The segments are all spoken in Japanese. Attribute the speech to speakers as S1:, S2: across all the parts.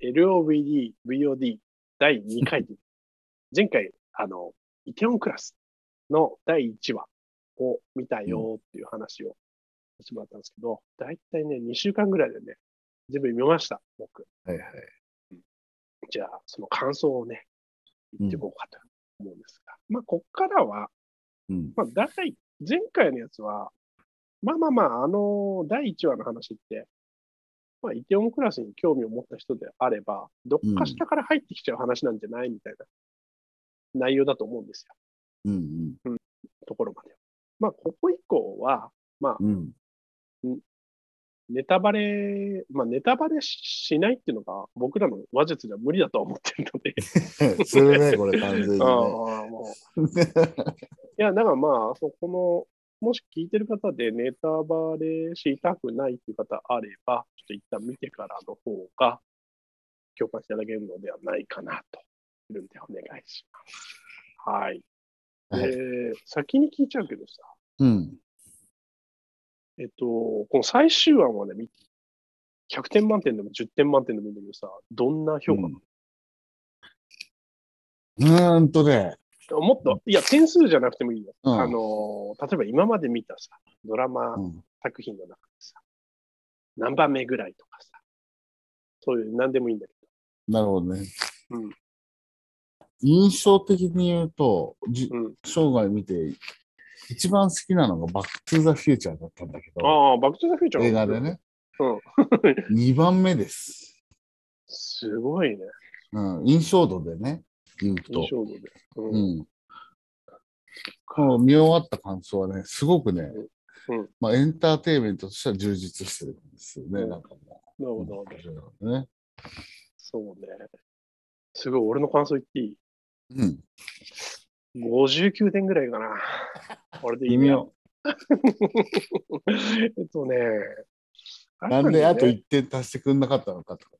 S1: LOVD、VOD 第2回。前回、あの、イテオンクラスの第1話を見たよっていう話をしてもらったんですけど、だいたいね、2週間ぐらいでね、全部見ました、僕。
S2: はいはい。
S1: じゃあ、その感想をね、言っていこうかと思うんですが。まあ、こっからは、
S2: うん。
S1: まあ、第、前回のやつは、まあまあまあ、あの、第1話の話って、まあ、イテオンクラスに興味を持った人であれば、どっか下から入ってきちゃう話なんじゃないみたいな内容だと思うんですよ、
S2: うん
S1: ところまでは。まあ、ここ以降は、まあ、
S2: うん。 うん。
S1: ネタバレ、まあ、ネタバレししないっていうのが、僕らの話術では無理だとは思ってるので、
S2: するね、これ完全に、ね。
S1: ああ、もう。 いや、だからまあ、そこの、もし聞いてる方でネタバレしたくないっていう方あれば、ちょっと一旦見てからの方が、共感していただけるのではないかなと、いるんでお願いします。はい。
S2: はい
S1: えー先に聞いちゃうけどさ、
S2: うん。
S1: えっと、この最終案はね、み100点満点でも10点満点でもいいんだけどさ、どんな評価、
S2: うん、うーんとね、
S1: もっと、いや、点数じゃなくてもいいよ。
S2: うん
S1: あのー、例えば今まで見たさ、ドラマ、
S2: うん、
S1: 作品の中でさ、何番目ぐらいとかさ、そういう何でもいいんだけ
S2: なるほどね。
S1: うん
S2: 印象的に言うと、じ
S1: ど。うん。
S2: 生涯見て、一番好きなのがバック・トゥ・ザ・フューチャーだったんだけど、
S1: ああ、バックトゥザフューチャー
S2: 映画で。ね。
S1: うん。
S2: 2番目です。
S1: すごいね。
S2: うん、印象度でね、言うと
S1: 印。象度で。うん
S2: う。ん。この見終わった感想はね、すごくね、
S1: うん
S2: まあ、エンターテインメントとしては充実してるんですよね、
S1: うん
S2: なんかも
S1: なる
S2: う。
S1: ほど。
S2: ね。
S1: そうね。すごい、俺の感想言っていい
S2: うん。
S1: ?59 点ぐらい かな。俺でいい
S2: 微妙。
S1: えっとね。
S2: なんであと
S1: い
S2: 1点足してくんなかったのかとか。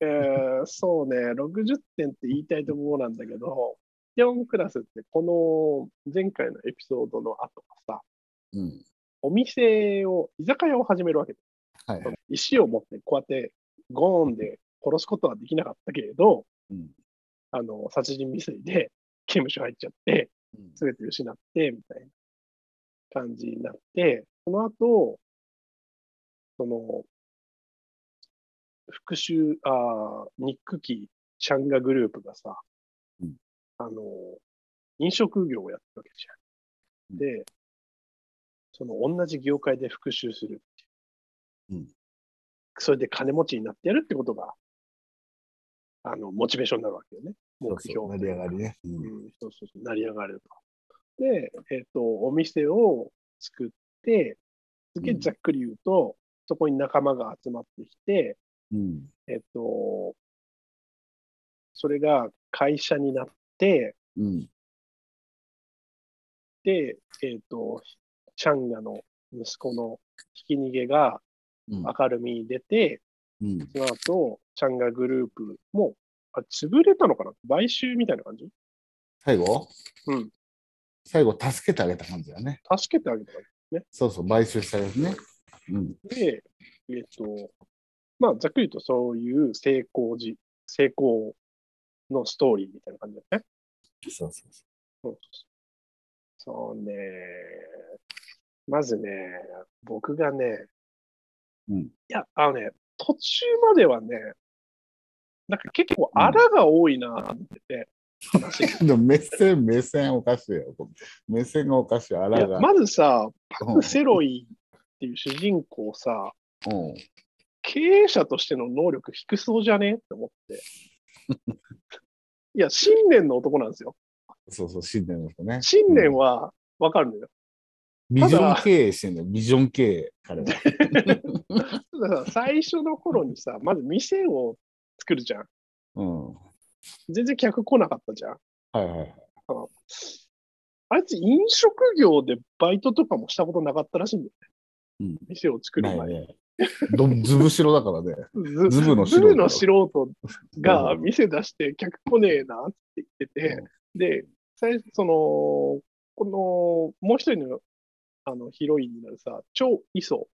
S1: えーそうね、60点って言いたいところなんだけど、イテオンクラスってこの前回のエピソードの後はさ、
S2: うん。
S1: お店を、居酒屋を始めるわけで
S2: はいはい。
S1: 石を持ってこうやってゴーンで殺すことはできなかったけれど、
S2: うん
S1: あの、殺人未遂で刑務所入っちゃって、
S2: うん
S1: すべて失って、みたいな感じになって、その後、その、復讐、あーニックキー、シャンガグループがさ、
S2: うん
S1: あの、飲食業をやってるわけじゃん。で、その同じ業界で復讐するっていう
S2: うん
S1: それで金持ちになってやるってことが、あの、モチベーションになるわけよね。
S2: そう
S1: 目標
S2: そう成り上がりね。う。
S1: うんん、そうそうそう、成り上がれると。で、えっ、と、お店を作って、すげえざっくり言うと、そこに仲間が集まってきて、
S2: うん。
S1: えっ、と、それが会社になって、
S2: うん。
S1: で、えっ、と、チャンガの息子のひき逃げが
S2: うん。
S1: 明るみに出て、
S2: うん。
S1: その後、チャンガグループも、あ、潰れたのかな買収みたいな感じ
S2: 最後
S1: うん。
S2: 最後、助けてあげた感じだね。
S1: 助けてあげたの
S2: そうそう、買収したやつね。うん。
S1: で、えっと、まあ、ざっくりとそういう成功時、成功のストーリーみたいな感じだね。
S2: そうそうそ
S1: そうそうね。まずね、僕がね、
S2: うん
S1: いや、あのね、途中まではね、なんか結構あらが多いなと思ってて、話が
S2: う。でも目線、目線おかしいよ。目線がおかしい。あ
S1: い
S2: ら
S1: や
S2: が。
S1: まずさ、パ
S2: うん
S1: ク・セロイっていう主人公さ、
S2: うん。
S1: 経営者としての能力低そうじゃねって思って。いや、信念の男なんですよ。
S2: そうそう、信念の人ね。
S1: 信念はわかるのよ。
S2: ビジョン経営してんだよ、ビジョン経営、彼は。
S1: たださ最初の頃にさ、まず店を作るじゃん。
S2: うん。は
S1: 全然客来なかったじゃん。
S2: いはいはい。
S1: あのあいつ飲食業でバイトとかもしたことなかったらしいんだよね。
S2: うん
S1: 店を作る
S2: な
S1: 前
S2: いね。どずぶしろだからね。
S1: ず
S2: ズブの素人
S1: ズブの素人が店出して客来ねえなって言ってて、で、最初、その、この、もう一人のあのヒロインになるさ、超イソ。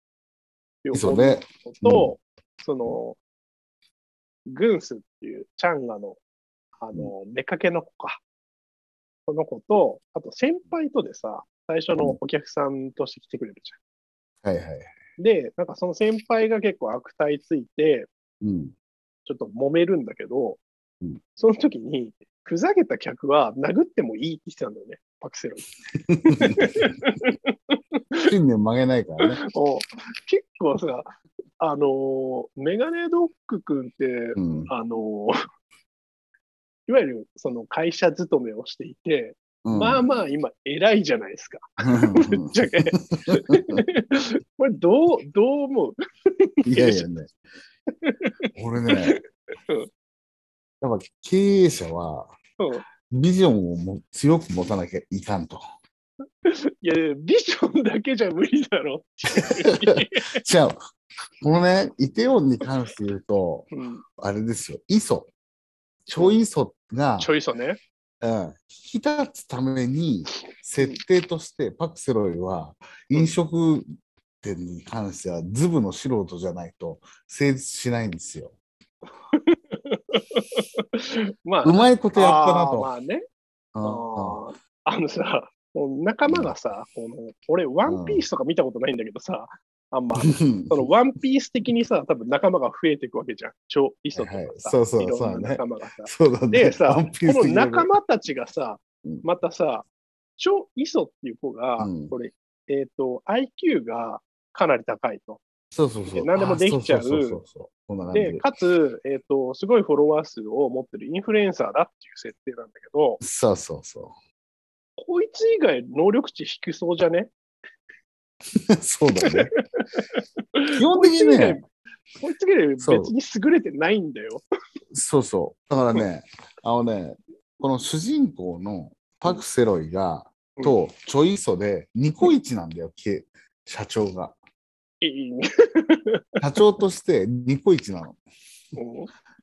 S2: そうね。
S1: と、その、グンスっっていう、チャンガの、あの、出かけの子か。その子と、あと先輩とでさ、最初のお客さんとして来てくれるじ
S2: はいはい。
S1: ゃん。で、なんかその先輩が結構悪態ついて、
S2: うん。
S1: ちょっと揉めるんだけど、
S2: うん
S1: その時に、ふざけた客は殴ってもいいって言ってたんだよね、パク セロン。
S2: 信念曲げないからね。
S1: お結構さ、あのーメガネドッグ君って、
S2: うん。
S1: あのーいわゆるその会社勤めをしていて、
S2: うん
S1: まあまあ今偉いじゃないですか。
S2: うん
S1: じゃけ これどう、どう思う
S2: いやいやね。俺ね
S1: うん、
S2: やっぱ経営者は
S1: うん
S2: ビジョンをも強く持たなきゃいかんと。
S1: いやいや、ビジョンだけじゃ無理だろ。
S2: じゃあ、このね、イテウォンに関して 言うと、
S1: うん、
S2: あれですよ、イソ、ちょいソが、
S1: ちょいそね。
S2: うん、引き立つために、設定としてパクセロイは飲食店に関してはズブの素人じゃないと成立しないんですよ。
S1: まあ、
S2: うまいことやったな
S1: あー
S2: と
S1: ま。あね。
S2: うんうん
S1: あーあのさ、こう仲間がさ、この俺、ワンピースとか見たことないんだけどさ、あんま、そのワンピース的にさ、多分仲間が増えていくわけじゃん。超イソとか
S2: はいはい
S1: さ、
S2: そうそう
S1: いろんな
S2: そうね
S1: 仲間がさ。
S2: そうだね。
S1: でさ、
S2: ワ
S1: こ
S2: ンピース
S1: の
S2: 的な
S1: 仲間たちがさ
S2: うん、
S1: またさ、超イソっていう子が、
S2: うん
S1: これ、えっ、と、IQ がかなり高いと。
S2: そうそうそう。
S1: 何でもできちゃう
S2: あそうそうそうそうこんな感じ
S1: で、かつ、えっ、と、すごいフォロワー数を持ってるインフルエンサーだっていう設定なんだけど、
S2: そうそうそ
S1: こいつ以外能力値低そうじゃね
S2: う。 そうだね。基本的にね、
S1: こいつ以外別
S2: そう
S1: に優れてないんだよ。
S2: そうそう。だからね、あのね、この主人公のパクセロイが、
S1: うん
S2: とチョイソでニコイチなんだよ、け社長が。
S1: いいうん
S2: 社長としてニコイチなの、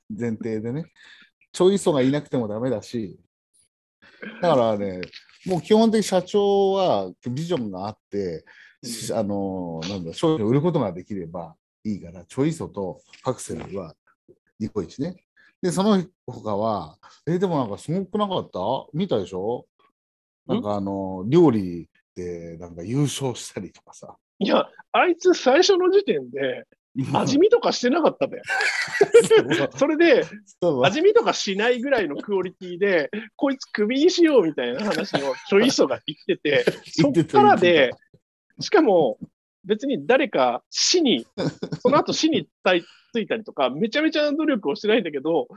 S2: 前提でね。チョイソがいなくてもダメだし、だからね、もう基本的に社長はビジョンがあって、しあのーなんだ、商品を売ることができればいいから、チョイソとパクセルはニコイチね。で、その他は、え、でもなんかすごくなかった見たでしょ
S1: ん
S2: なんかあのー料理でなんか優勝したりとかさ。
S1: いや、あいつ最初の時点で味見とかしてなかったべ。それで、
S2: そう
S1: 味見とかしないぐらいのクオリティで、こいつクビにしようみたいな話をちょいそが言ってて、そっ
S2: 言ってた
S1: から
S2: 言っ
S1: で、しかも別に誰か死に、その後死にたいついたりとか、めちゃめちゃな努力をしてないんだけど、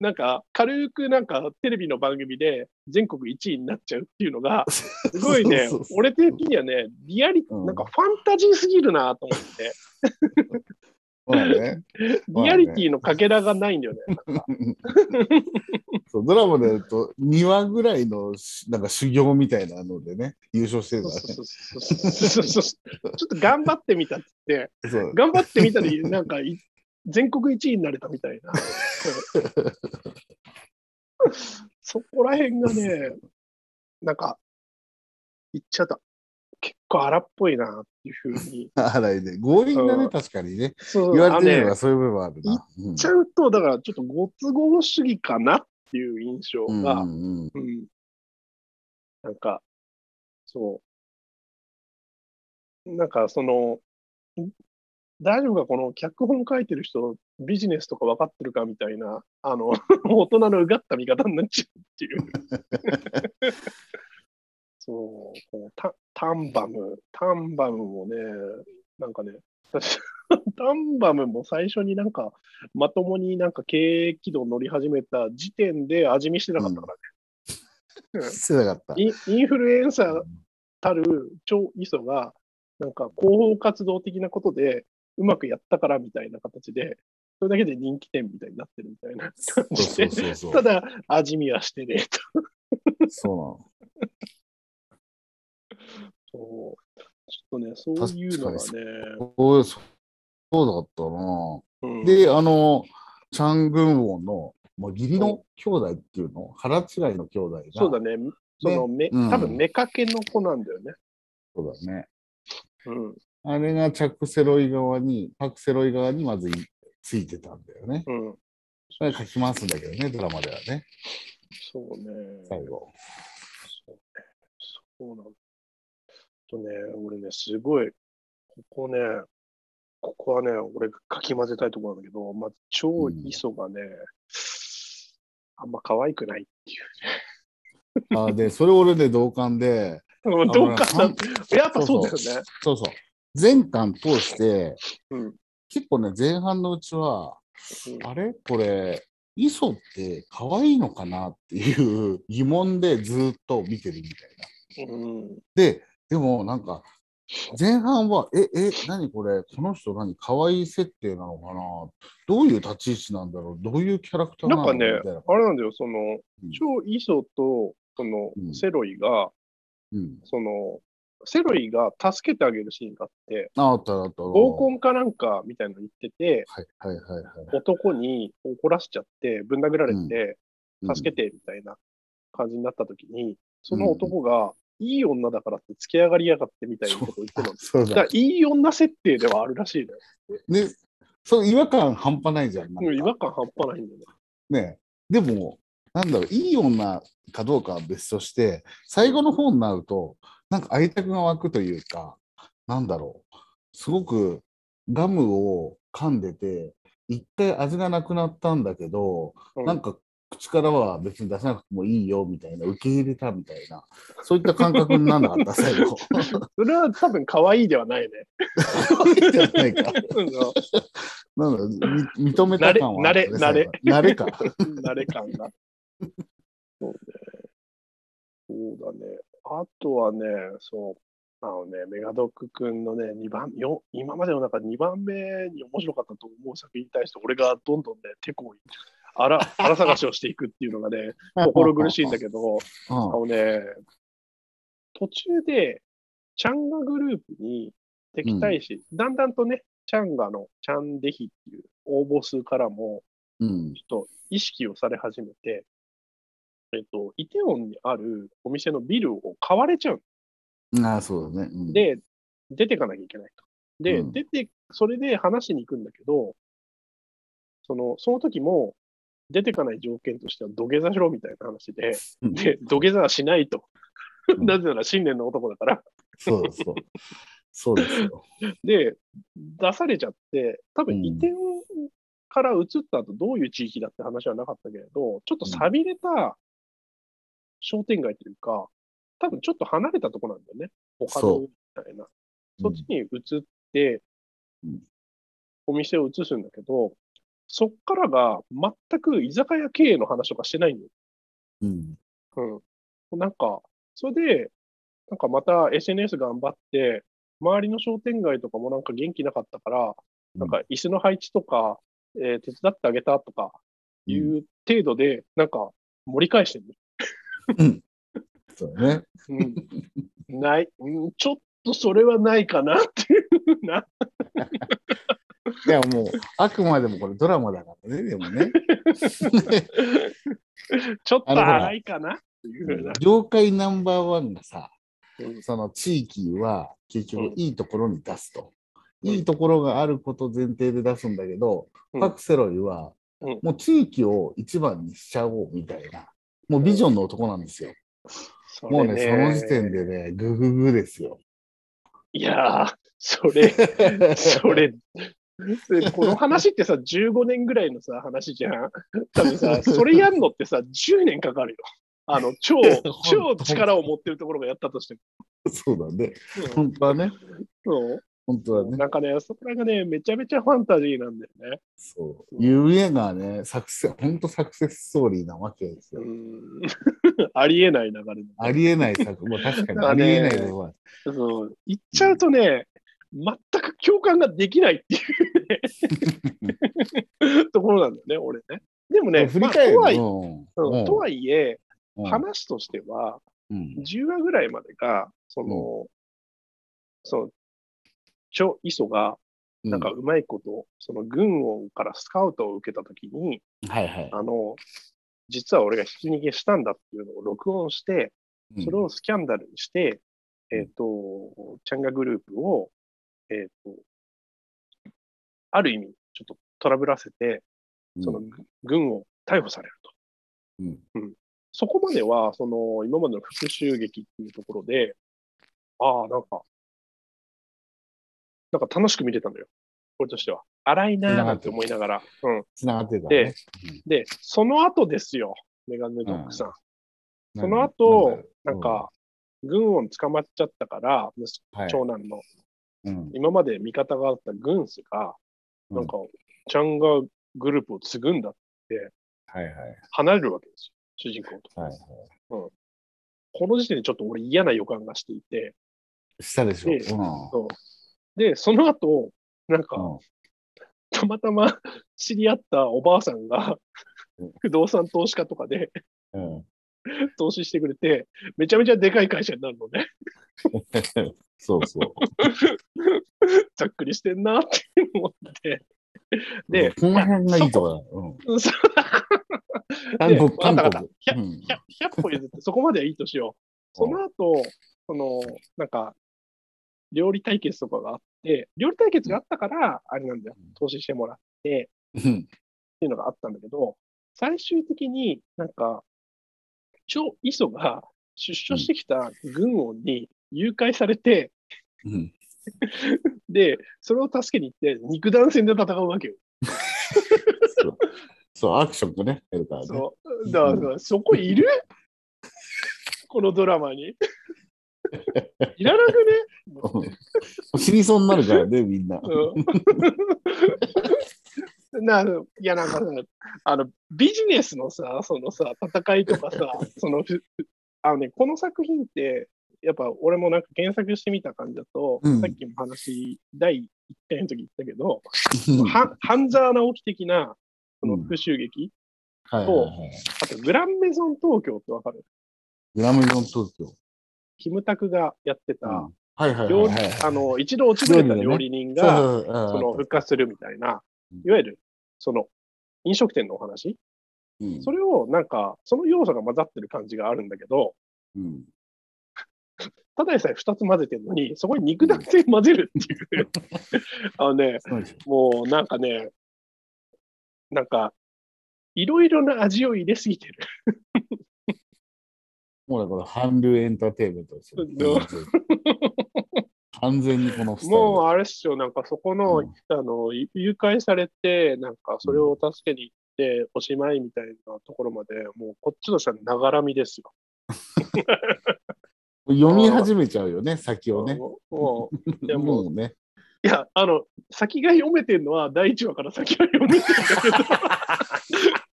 S1: なんか軽くなんかテレビの番組で全国1位になっちゃうっていうのが、すごいね
S2: そうそう、そう
S1: 俺的にはね、リアリ、
S2: うん
S1: なんかファンタジーすぎるなと思って、
S2: まあね
S1: リアリティのかけらがないんだ よね。
S2: そうドラマで言うと2話ぐらいのしなんか修行みたいなのでね優勝してる
S1: そ
S2: か
S1: う
S2: らね
S1: そうそうそうそうそうちょっと頑張ってみたっつって、
S2: そう
S1: 頑張ってみたら、なんかい、全国1位になれたみたいな。そこら辺がね、なんか、言っちゃった。結構荒っぽいなっていうふうに。
S2: 洗いで強引だ
S1: うん
S2: ね確かにね
S1: そう
S2: 言われてみれ
S1: あの
S2: ば
S1: ね
S2: そういう部分はあるな
S1: 言っちゃうと、だからちょっとご都合主義かなっていう印象
S2: うん
S1: が、
S2: うんうん
S1: うんなんか、そう。なんか、その、ん大丈夫か、この脚本書いてる人、ビジネスとか分かってるかみたいな、あの、 大人のうがった見方になっちゃうっていう。 そう、こうタタンバム、タンバムもね、なんかね、私 タンバムも最初になんか、まともになんか経営軌道乗り始めた時点で味見してなかったから
S2: してなかった。
S1: インインフルエンサーたる超イソが、なんか広報活動的なことで、うまくやったからみたいな形で、それだけで人気店みたいになってるみたいな感
S2: そう
S1: じ
S2: そ
S1: で
S2: う、そうそう。
S1: ただ、味見はしてねえ
S2: そ
S1: と。そうちょっとね、そういうのがね、
S2: うなの。おいそうそう
S1: うん
S2: だったな。で、あの、チャン・グンウォンの、もう義理の兄弟っていうの、腹違いの兄弟が。
S1: そうだね、そのめ、
S2: うん
S1: 多分目かけの子なんだよね。
S2: そうだね。
S1: うん、
S2: あれがチャック・セロイ側に、パク・セロイ側にまずいついてたんだよね。
S1: うん。
S2: なんか書き回すんだけどね、ドラマではね、
S1: そうね。
S2: 最後。
S1: そうね。そうなんだ。とね、俺ね、すごい、ここね、ここはね、俺がかき混ぜたいところなんだけど、まず、超磯がね、あんま可愛くないっていう。
S2: あーで、それ俺で同感 で、
S1: もうどうか
S2: あ
S1: な
S2: の。
S1: やっぱそうだよね。
S2: そうそう。前巻通して、
S1: うん。
S2: 結構ね、前半のうちは、あれこれ、磯って可愛いのかなっていう疑問でずっと見てるみたいな。
S1: うん。
S2: で、でもなんか、前半は、え、え、何これ、この人何、可愛い設定なのかな、どういう立ち位置なんだろう、どういうキャラクターなの
S1: なんかね
S2: みたいな。
S1: あれなんだよ、その
S2: うん、
S1: 超イソと、その
S2: う、ん
S1: セロイが、
S2: うん、
S1: その、セロイが助けてあげるシーンがあって、
S2: ああったあった。
S1: 合コンかなんかみたいなの言ってて、
S2: はいはいはいはい。
S1: 男に怒らせちゃって、ぶん殴られて、
S2: うん
S1: 助けてみたいな感じになった時に、その男が、いい女だからって付き上がりやがってみたいなことを言ってたの。
S2: そう
S1: だか
S2: だ
S1: ら。いい女設定ではあるらしいのよ。
S2: で、そう違和感半端ないじゃん。なん
S1: も
S2: か
S1: う違和感半端ないんだよね。
S2: ねでも、なんだろう、いい女かどうかは別として、最後の方になると、なんか愛着が湧くというか、なんだろう、すごくガムを噛んでて、一回味がなくなったんだけど、
S1: うん
S2: なんか口からは別に出さなくてもいいよみたいな、受け入れたみたいな、そういった感覚にならなかった、最 後。
S1: それは多分可愛いではないね。
S2: じゃないか。
S1: うん慣
S2: なんだろうみ認めた感はあったね、
S1: 慣れ
S2: 最後慣れ か。
S1: れ感が。そうね。そうだね。あとはね、そう。あのね、メガドック君のね、2番、よ今までの中で2番目に面白かったと思う作品に対して、俺がどんどんね、手こい、あら、あら探しをしていくっていうのが ね、心苦しいんだけど、
S2: う
S1: あ
S2: ん
S1: のね、途中で、チャンガグループに敵対し、だんだんとね、チャンガのチャンデヒっていう応募数からも、
S2: うん。
S1: ちょっと意識をされ始めて、えっと、イテウォンにあるお店のビルを買われちゃう
S2: ああ、そうだね。うん
S1: ん、で、出てかなきゃいけないと。で、
S2: うん
S1: 出て、それで話しに行くんだけど、その、その時も、出てかない条件としては土下座しろみたいな話で、
S2: うん
S1: で、土下座はしないと。
S2: うん
S1: なぜなら新年の男だから。
S2: そうですそう。そうですよ。
S1: で、出されちゃって、多
S2: う
S1: 分
S2: ん
S1: 移転から移った後どういう地域だって話はなかったけれど、ちょっと寂れた商店街というか、多分ちょっと離れたとこなんだよね。他の
S2: そう
S1: みたいな。
S2: う
S1: そ
S2: ん
S1: っちに移って
S2: うん、
S1: お店を移すんだけど、そっからが全く居酒屋経営の話とかしてないんだよ。
S2: うん。
S1: うん。なんか、それで、なんかまた SNS 頑張って、周りの商店街とかもなんか元気なかったから、
S2: うん
S1: なんか椅子の配置とか、えー手伝ってあげたとかいう程度で、なんか盛り返してる。
S2: そうね。
S1: うん、ない、うん、ちょっとそれはないかなっていう な。
S2: いや、もう、あくまでもこれドラマだからね、で もね。
S1: ちょっと
S2: あのほら
S1: 荒いかなっていうふうな。
S2: 業界ナンバーワンが
S1: う
S2: さ、
S1: ん
S2: その地域は結局いいところに出すと。
S1: うん
S2: いいところがあること前提で出すんだけど、
S1: うん
S2: パクセロイは
S1: うん、
S2: もう地域を一番にしちゃおうみたいな。もうビジョンの男なんですよ。
S1: そ
S2: もう
S1: れ
S2: ね、その時点でね、グググですよ。
S1: いやー、それ、 それ、この話ってさ、15年ぐらいのさ、話じゃん。多分さ、それやんのってさ、10年かかるよ。あの、超、超力を持ってるところがやったとしても。
S2: そうだね。本当はね。
S1: そう
S2: 本当はね。
S1: なんかね、そこらがね、めちゃめちゃファンタジーなんだよね。
S2: そう。
S1: うん
S2: 夢がね、サクセス、本当サクセスストーリーなわけです
S1: う
S2: よ。
S1: ーん ありえない流れ
S2: ありえない作、もう 確かに
S1: だ
S2: あ
S1: ね
S2: りえないのは、
S1: そう言っちゃうとね、全く共感ができないっていう ねところなんだよね、俺ね。でもね、
S2: 振り返る
S1: まあとはい
S2: の
S1: うん
S2: うん
S1: とはいえ、
S2: うん
S1: 話としては、
S2: うん
S1: 10話ぐらいまでが、その、その、チョ・イソが、
S2: う
S1: なんかうまいこと、その軍をからスカウトを受けたときに、
S2: はいはい。
S1: あの、実は俺がひき逃げしたんだっていうのを録音して、それをスキャンダルにして、
S2: うん
S1: えっ、と、チャンガグループを、えっ、と、ある意味、ちょっとトラブらせて、
S2: うん
S1: その軍を逮捕されると。
S2: うん
S1: そこまでは、その、今までの復讐劇っていうところで、ああ、なんか、なんか楽しく見れたのよ。俺としては。荒いなーなんて思いながら。うん。
S2: 繋がってたね。
S1: で、その後ですよ。メガネドックさん。
S2: うん
S1: その後、な
S2: な
S1: んん
S2: だ
S1: か、軍を捕まっちゃったから、息子
S2: はい
S1: 長男の、
S2: うん
S1: 今まで味方があった軍師が、
S2: うん
S1: なんか、ちゃんがグループを継ぐんだって
S2: はいはい
S1: 離れるわけですよ。主人公と。
S2: はいはい。
S1: この時点でちょっと俺嫌な予感がしていて、
S2: したでしょ。
S1: で
S2: う
S1: そうで、その後、なんか、
S2: んうん。
S1: たまたま 知り合ったおばあさんが
S2: うん、
S1: 不動産投資家とかで
S2: うん、
S1: 投資してくれて、めちゃめちゃでかい会社になるのね。
S2: そうそう。
S1: ざっくりしてんなって 思って。で、
S2: この辺がいいとこ
S1: うんそう
S2: だ。
S1: で
S2: うん。韓国、
S1: わかっ
S2: 韓
S1: た
S2: 国。
S1: 100
S2: うん
S1: 100歩譲って、そこまではいいとしよう。その後、その、なんか、料理対決とかがあって、料理対決があったから、あれなんだよ
S2: うん、
S1: 投資してもらって、
S2: うん
S1: っていうのがあったんだけど、最終的になんか、超磯が出所してきた軍王に誘拐されて、
S2: うん
S1: で、それを助けに行って、肉弾戦で戦うわけよ。
S2: そうそう、アクションがね、やるからね。
S1: そう。だから、そこいる このドラマ に。いらなくね
S2: うん 死にそうになるか らね、みんな。
S1: うん なるいやなんかさあのビジネスのさそのさ戦いとか さそのふあのねこの作品ってやっぱ俺もなんか検索してみた感じだと、
S2: うん
S1: さっきも話第1回の時言ったけど、
S2: うんはい
S1: は半沢直樹的なその
S2: うん
S1: 復讐劇、
S2: はいはい
S1: あとグランメゾン東京ってわかる
S2: グラムゾン東京。
S1: キムタクがやって
S2: うん
S1: た
S2: はいはい
S1: 料
S2: は
S1: 理、
S2: いはい。
S1: あの一度落ちぶれた料理人が、
S2: そうそう
S1: その復活するみたいな
S2: うん、
S1: いわゆるその飲食店のお話、
S2: うん
S1: それをなんか、その要素が混ざってる感じがあるんだけど、
S2: うん
S1: ただでさえ2つ混ぜてるのに、そこに肉弾戦混ぜるって いう、あのね、
S2: そうでしょ
S1: もうなんかね、なんか、いろいろな味を入れすぎてる。
S2: もうだから、韓流エンターテインメントですよ
S1: どう。
S2: 完全にこのスタイル。
S1: もうあれっすよ、なんかそこの、
S2: うん
S1: あの、い誘拐されて、なんかそれを助けに行って、おしまいみたいなところまで、もうこっちとしてはながらみですよ。
S2: 読み始めちゃうよね、先をね。
S1: もうもう いやもう
S2: もうね。
S1: いや、あの、先が読めてるのは、第1話から先が読めてるんだ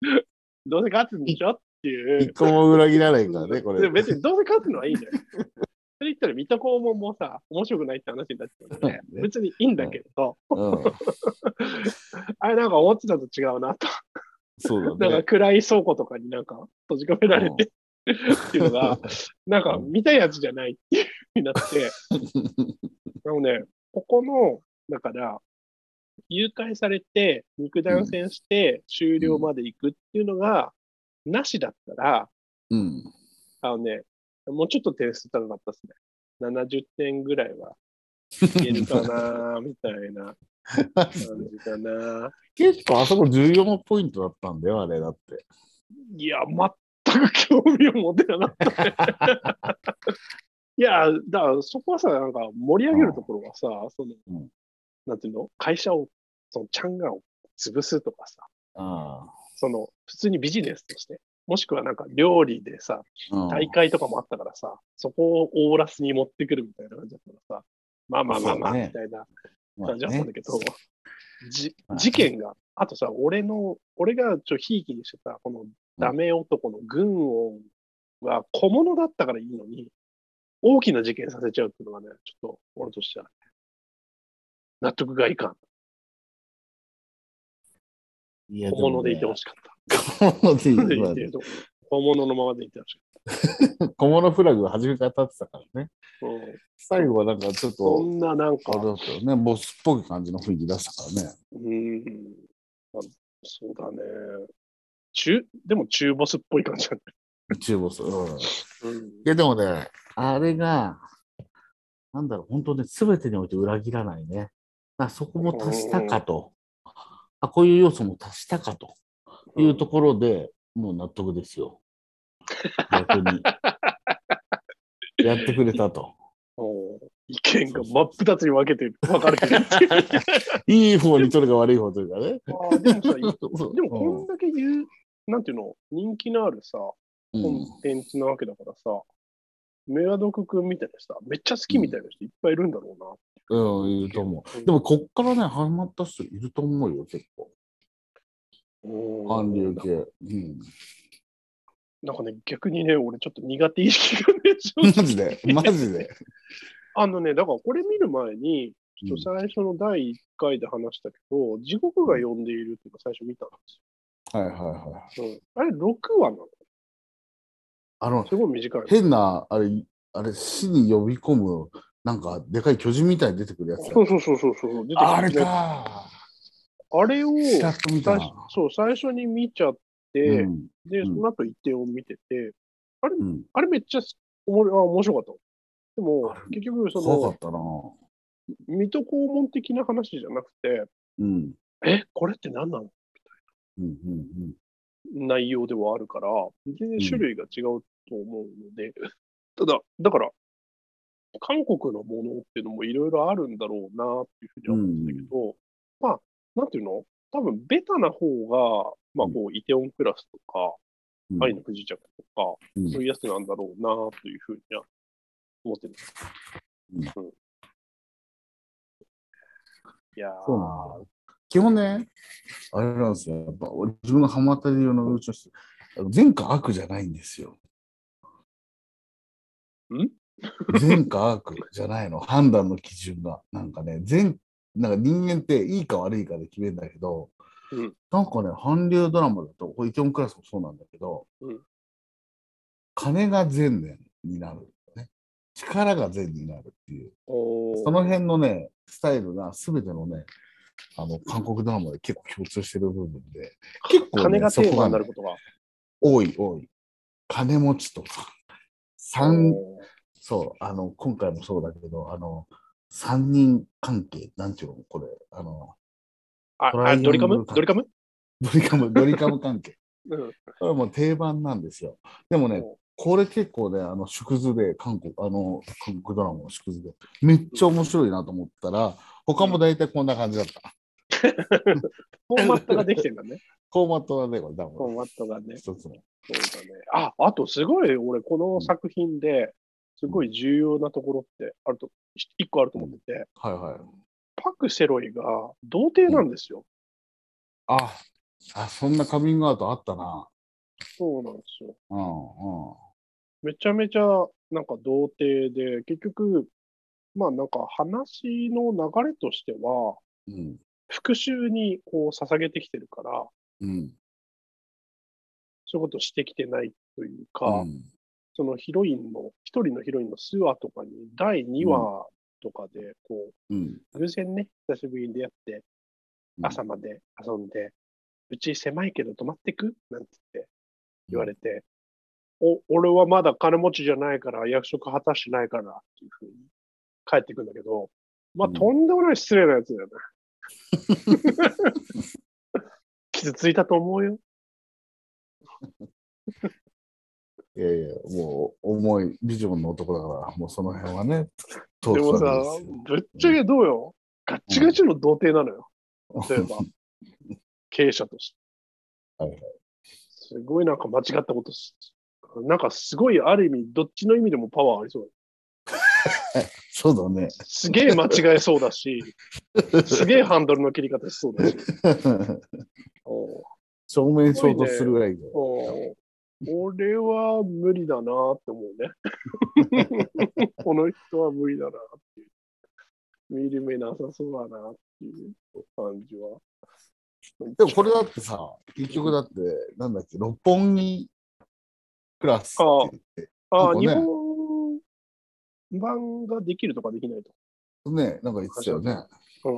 S1: けど、どう せ勝つんでしょっていう
S2: 一。個も裏切らないからね、こ
S1: で
S2: れ。
S1: 別にどうせ勝つのはいいんだよ。それ言ったら、水戸黄門もさ、面白くないって話になっちゃうので、
S2: ね
S1: 別にいいんだけど、
S2: うん
S1: あれなんか思ってたと違うなと。
S2: そうだ
S1: なん
S2: ね
S1: か。暗い倉庫とかになんか閉じ込められてっていうのが、なんか見たやつじゃないっていう風にな って、あのね、ここの、だから、誘拐されて、肉弾戦して、終了まで行くっていうのが、なしだったら、
S2: うん。
S1: あのね、もうちょっと点数高かったですね。70点ぐらいは。いけるかなみたいな感じかな
S2: 結構あそこ14ポイントだったんだよ、あれだって。
S1: いや、全く興味を持てなかった、ね。 いや、だからそこはさ、なんか盛り上げるところはさ、その、
S2: うん
S1: なんていうの会社を、そのチャンガンを潰すとかさ、
S2: ああ
S1: その、普通にビジネスとして、もしくはなんか料理でさ、
S2: うん
S1: 大会とかもあったからさ、そこをオーラスに持ってくるみたいな感じだったからさ、まあまあまあまあ、
S2: そうだね
S1: みたいな
S2: まあ
S1: 感じだったん
S2: ね
S1: だけど、じ
S2: まあね
S1: 事件が、あとさ、俺の、俺がちょ、ひいきにしてた、このダメ男の軍王は小物だったからいいのに、大きな事件させちゃうっていうのがね、ちょっと俺としてはね、納得がいかん。
S2: いや
S1: 小物でいてほしかった。
S2: 小物でいい
S1: 小物でいて
S2: ま
S1: 小物のままでいてほしか
S2: あ ね小物フラグが初めから立ってたからね。
S1: った。うん
S2: 最後はなんかちょっ
S1: そ
S2: と、
S1: んななん
S2: あれ
S1: か、
S2: だったよね、ボスっぽい感じの雰囲気出したからね。
S1: うん、まあそうだね。中、でも中ボスっぽい感じだね。
S2: 中ボス。うんい
S1: うん
S2: や、でもね、あれが、なんだろう、本当ね、すべてにおいて裏切らないね。あそこも足したかと。あ、こういう要素も足したかと。いうところで、もう納得ですよ。逆に。やってくれたと。
S1: お意見が真っ二つに分けて分かれてるっていう。
S2: いい方に取るか悪い方というかね。
S1: あーでもさ、いでもこんだけ言う、なんていうの、人気のあるさ、
S2: うん
S1: コンテンツなわけだからさ、メアドク君みたいなさ、めっちゃ好きみたいな人いっぱいいるんだろうな。
S2: うん、うん、いると思
S1: う
S2: う。
S1: ん
S2: でも、こっからね、始まった人いると思うよ、結構。
S1: う
S2: 韓
S1: ん
S2: 流系。うん。
S1: なんかね、逆にね、俺ちょっと苦手意識がね、ちょっ
S2: マ
S1: と
S2: ジ で、マジで。
S1: あのね、だからこれ見る前に、ちょっと最初の第1回で話したけど、地獄が呼んでいるっていうのを最初見たんで
S2: はいはいはい。
S1: すよ。うん、あれ、6話なの
S2: あの、
S1: すごい短い。
S2: 変な、あれ、あれ、死に呼び込む、なんか、でかい巨人みたいに出てくるやつだ
S1: そうそうそうそうそう。出てくるね
S2: あれ。か。
S1: あれを
S2: ちらっと見た
S1: 最
S2: な
S1: 初そう最初に見ちゃって、
S2: うん
S1: で、
S2: うん
S1: その後一点を見てて、あれ、
S2: うん。
S1: あれめっちゃおもろあ面白かった。でも
S2: あ、
S1: 結局、そ
S2: 怖か
S1: の
S2: っ、たな。
S1: 水戸黄門的な話じゃなくて、
S2: うん。
S1: え、これって何なの
S2: うんうんうん。
S1: 内容ではあるから、全
S2: うん
S1: 然種類が違うと思うので、 ただ、だから、韓国のものっていうのもいろいろあるんだろうなっていうふうには思うんだけど、まあ、なんていうの多分、ベタな方が、まあ、こう、イテオンクラスとか、
S2: うん
S1: 愛の不時着とか、
S2: うん
S1: そういうやつなんだろうなというふうには思ってます。
S2: うん
S1: いやー
S2: そうなんだ基本ね、あれなんですよ。やっぱ俺自分のハマった理由のうちの人、前科悪じゃないんですよ。
S1: ん
S2: 善か悪じゃないの、 判断の基準が。なんかね、善、なんか人間っていいか悪いかで決めるんだけど、
S1: うん
S2: なんかね、韓流ドラマだと、これイテオンクラスもそうなんだけど、
S1: うん
S2: 金が善念になる、ね。力が善になるっていう。
S1: おー
S2: その辺のね、スタイルが全てのね、あの、韓国ドラマで結構共通してる部分で、結構ね
S1: 金がテーマにな
S2: そこがね
S1: ることが。
S2: 多い多い。金持ちとか、三
S1: おー
S2: そう、あの、今回もそうだけど、あの、三人関係、なんていうの、これ、あの、
S1: あ
S2: トライ
S1: あ、
S2: アン
S1: ド
S2: グル
S1: リカム
S2: か
S1: ドリカム
S2: ドリ カム、ドリカム関係。
S1: うん。
S2: これはもう定番なんですよ。でもね、これ結構ね、あの、縮図で、韓国、あの、韓国ドラマの縮図で、めっちゃ面白いなと思ったら、他も大体こんな感じだった。
S1: フォーマットができてんだね。
S2: フォーマットはね、これ、多
S1: フォ
S2: 分、
S1: ーマットがね。
S2: 一つの。
S1: そうだね。あ、あとすごい、俺、この作品で、すごい重要なところって、あると、一個あると思ってて、
S2: はいはい。
S1: パク・セロイが童貞なんですよ。
S2: あ、あ、そんなカミングアウトあったな。
S1: そうなんですよ。
S2: うん、うん。
S1: めちゃめちゃなんか童貞で、結局、まあなんか話の流れとしては、
S2: うん、
S1: 復讐にこう捧げてきてるから、
S2: うん。
S1: そういうことしてきてないというか、
S2: うん
S1: そのヒロインの、一人のヒロインのスワとかに第2話とかで、こ
S2: うん。
S1: う、偶然ね、久しぶりに出会って、
S2: うん
S1: 朝まで遊んで、うち狭いけど泊まってくなんて言って言われて、お、俺はまだ金持ちじゃないから、役職果たしてないから、っていうふうに帰ってくんだけど、まあ、
S2: うん
S1: とんでもない失礼なやつだよ ね。 傷ついたと思うよ。
S2: いやいや、もう、重いビジョンの男だから、もうその辺はね、通
S1: でも
S2: す
S1: さ
S2: わけですよ、
S1: ぶっちゃけどうよ。ガッチガチの童貞なのよ。例えば、 経営者として。
S2: はいはい
S1: すごいなんか間違ったことし、なんかすごいある意味、どっちの意味でもパワーありそう
S2: そうだね。
S1: だ。すげえ間違えそうだ し、すげえハンドルの切り方しそうだし。おう
S2: 正面衝突するぐらいで。
S1: おう俺は無理だなって思うね。 この人は無理だなっていう。見る目なさそうだなっていう感じは。
S2: でもこれだってさ、結局だって、なんだっけ、六本木クラスって
S1: ああ、
S2: なん
S1: 日
S2: かね
S1: 本版ができるとかできないと
S2: ね、なんか言ってたよね。
S1: か。
S2: う
S1: う
S2: ん、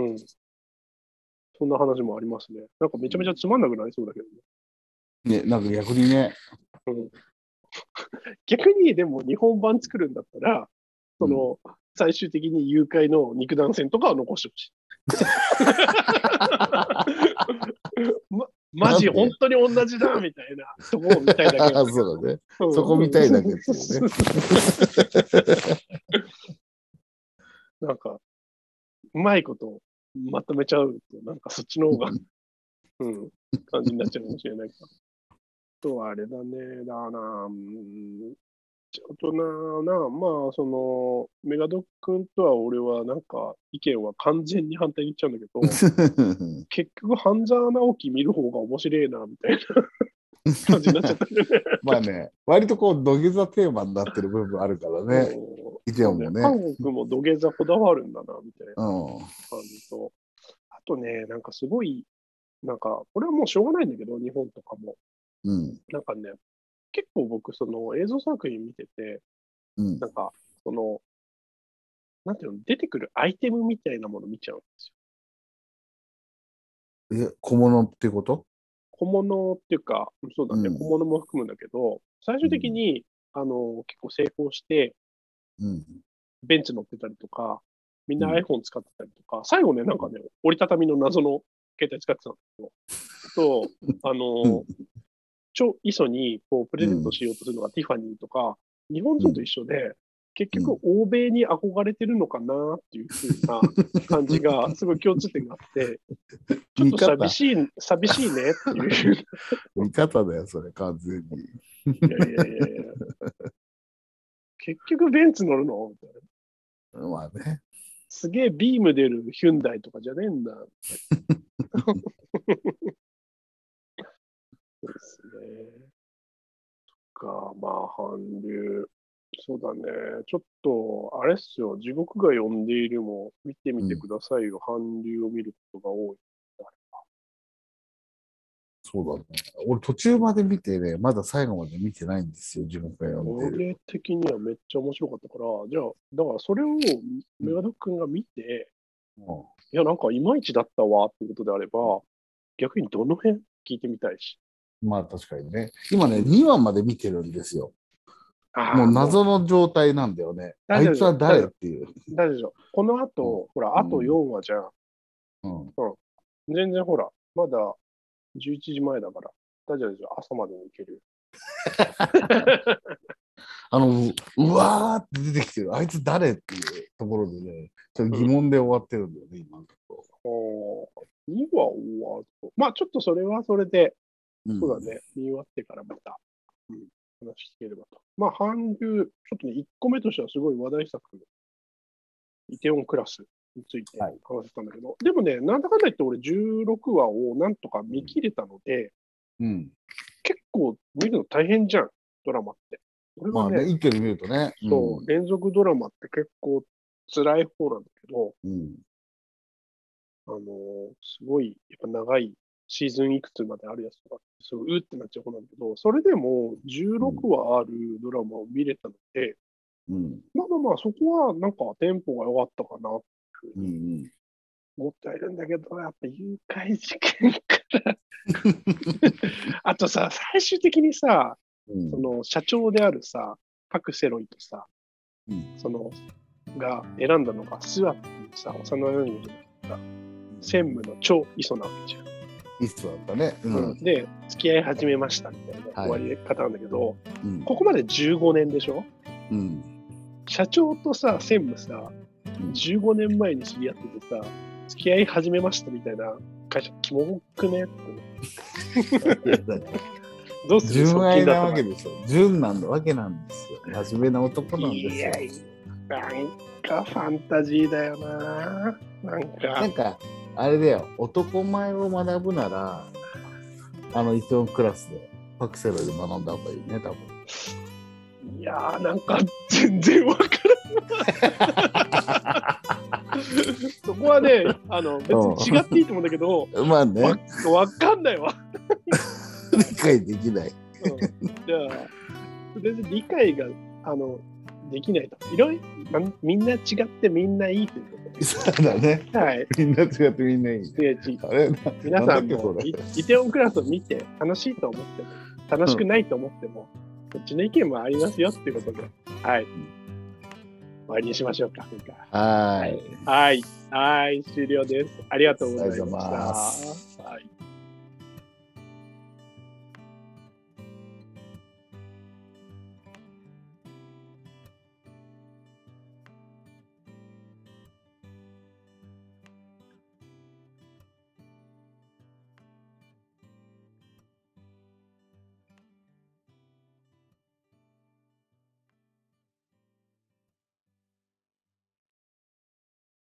S1: ん。うん。そんな話もありますね。なんかめちゃめちゃつまんなくなりそうだけどね。
S2: ね、なんか逆にね、
S1: 逆にでも日本版作るんだったら、その、最終的に誘拐の肉弾戦とかは残してほしい。 ま、マジ、
S2: なんで
S1: 本当に同じだみたいなとこを見たいだけだから。
S2: そうだね。
S1: うん
S2: そこ見たいだけっていうね。
S1: なんか、うまいことまとめちゃうと、なんかそっちの方が、うん、感じになっちゃうかもしれないから。あとはあれだね、だな、うん、ちょっとな、な、まあ、その、メガドック君とは俺はなんか意見は完全に反対に言っちゃうんだけど、 結局、半沢直樹見る方が面白いな、みたいな 感じになっちゃったね。
S2: まあね、割とこう、土下座テーマになってる部分あるからね、
S1: うん
S2: 意見もね。
S1: 韓国も土下座こだわるんだな、みたいな
S2: うん。
S1: 感じと。あとね、なんかすごい、なんか、これはもうしょうがないんだけど、日本とかも。
S2: うん。
S1: なんかね、結構僕、その映像作品見てて、
S2: うん。
S1: なんか、その、なんていうの、出てくるアイテムみたいなもの見ちゃうんですよ。
S2: え、小物ってこと
S1: 小物っていうか、そうだね、
S2: うん
S1: 小物も含むんだけど、最終的に、あの、結構成功して、
S2: うん。
S1: ベンチ乗ってたりとか、みんな
S2: うん
S1: iPhone 使ってたりとか、最後ね、なんかね、折りたたみの謎の携帯使ってたんですけど、と、あの、超イソにこうプレゼントしようとするのがティファニーとか、日本人と一緒で、結局欧米に憧れてるのかなっていうふうな感じ が、すごい共通点があって、ちょっ
S2: 見
S1: と
S2: 方
S1: 寂、しい、寂しいねっていう。い
S2: 見方だよ、それ、完全に。
S1: やいやいやい や結局ベンツ乗るのみたいな。
S2: まあね。
S1: すげえビーム出るヒュンダイとかじゃねえんだ。そうですね。とか、まあ、韓流。そうだね。ちょっと、あれっすよ。地獄が呼んでいるも、見てみてくださいよ。韓流を見ることが多い。
S2: そうだね。俺、途中まで見てね、まだ最後まで見てないんですよ、自分が読んでる。
S1: 俺的にはめっちゃ面白かったから、じゃあ、だからそれをメガドック君が見て、
S2: うん
S1: いや、なんかいまいちだったわっていうことであれば、逆にどの辺聞いてみたいし。
S2: まあ、確かにね。今ね、2話まで見てるんですよ。
S1: あー
S2: もう謎の状態なんだよね。あ
S1: 大丈夫
S2: いつは誰っていう。
S1: 大丈夫でしょ。この後、ほら、あと
S2: うん
S1: 4話じゃん。
S2: うん。
S1: 全然ほら、まだ11時前だから。大丈夫でしょ。朝までに行ける。
S2: あの、ううわーって出てきてる。あいつ誰っていうところでね、ちょっと疑問で終わってるんだよね、今のとこ
S1: おー2話終わると。まあ、ちょっとそれはそれで、
S2: ろ。ん
S1: そうだ。ね。見終わってからまた、うん、話聞ければと。まあ、韓流、ちょっとね、1個目としてはすごい話題作。イテオンクラスについて
S2: はい
S1: 話してたんだけど、でもね、なんだかんだ言って俺16話をなんとか見切れたので、
S2: うん。
S1: 結構見るの大変じゃん、ドラマって。俺
S2: ま
S1: は
S2: あ
S1: ね、
S2: ね、一挙に見るとね。
S1: そう、連続ドラマって結構辛い方なんだけど、
S2: うん。うん。
S1: あのーすごい、やっぱ長いシーズンいくつまであるやつとか、そう、うってなっちゃう方なんだけど、それでも16話あるドラマを見れたので、
S2: うん。
S1: まあまあまあ、そこはなんかテンポが良かったかなと
S2: うんうん。
S1: 思ってはいるんだけど、やっぱ誘拐事件から。あとさ、最終的にさ、
S2: うん
S1: その社長であるさ、パク・セロイとさ、
S2: うん
S1: その、が選んだのが、スワップのさ、幼なじみだった専務の超磯なわけじゃん。
S2: いつだったね。うん。
S1: で、付き合い始めましたみたいな終
S2: は
S1: わ
S2: い
S1: り方なんだけど、
S2: うん。
S1: ここまで15年でしょ
S2: うん。
S1: 社長とさ、専務さ、
S2: うん
S1: 15年前に知り合っててさ、付き合い始めましたみたいな会社、キモくねってどうする
S2: 純
S1: 側
S2: 愛
S1: 近
S2: な
S1: だ
S2: わ
S1: と
S2: けでしょ。純なんだわけなんですよ。真面目な男なんですよ。
S1: なんかファンタジーだよな。なんか
S2: なん。か、あれだよ、男前を学ぶなら、あの、イテウォンクラスで、パクセロイで学んだ方がいいね、多分。
S1: いやーなんか全然わからん。そこはね、あの別に違っていいと思うんだけど、
S2: まあ
S1: わ
S2: ね、
S1: わかんないわ。
S2: 理解できない。
S1: うんじゃあ、全然理解があのできないと。いろいろ、まみんな違ってみんないいというこ
S2: そうだね。
S1: とで。はい。
S2: みんな違ってみんないい。
S1: でち
S2: あれ
S1: 皆さん
S2: なんだっけそ
S1: も
S2: れ
S1: イイテオンクラスを見て楽しいと思っても楽しくないと思っても、こっちの意見もありますよっていうことで、はい。終わりにしましょうか。今回
S2: はい。
S1: はい、はい、終了です。ありがとうございま
S2: ありがとうございま
S1: し
S2: す
S1: た。はい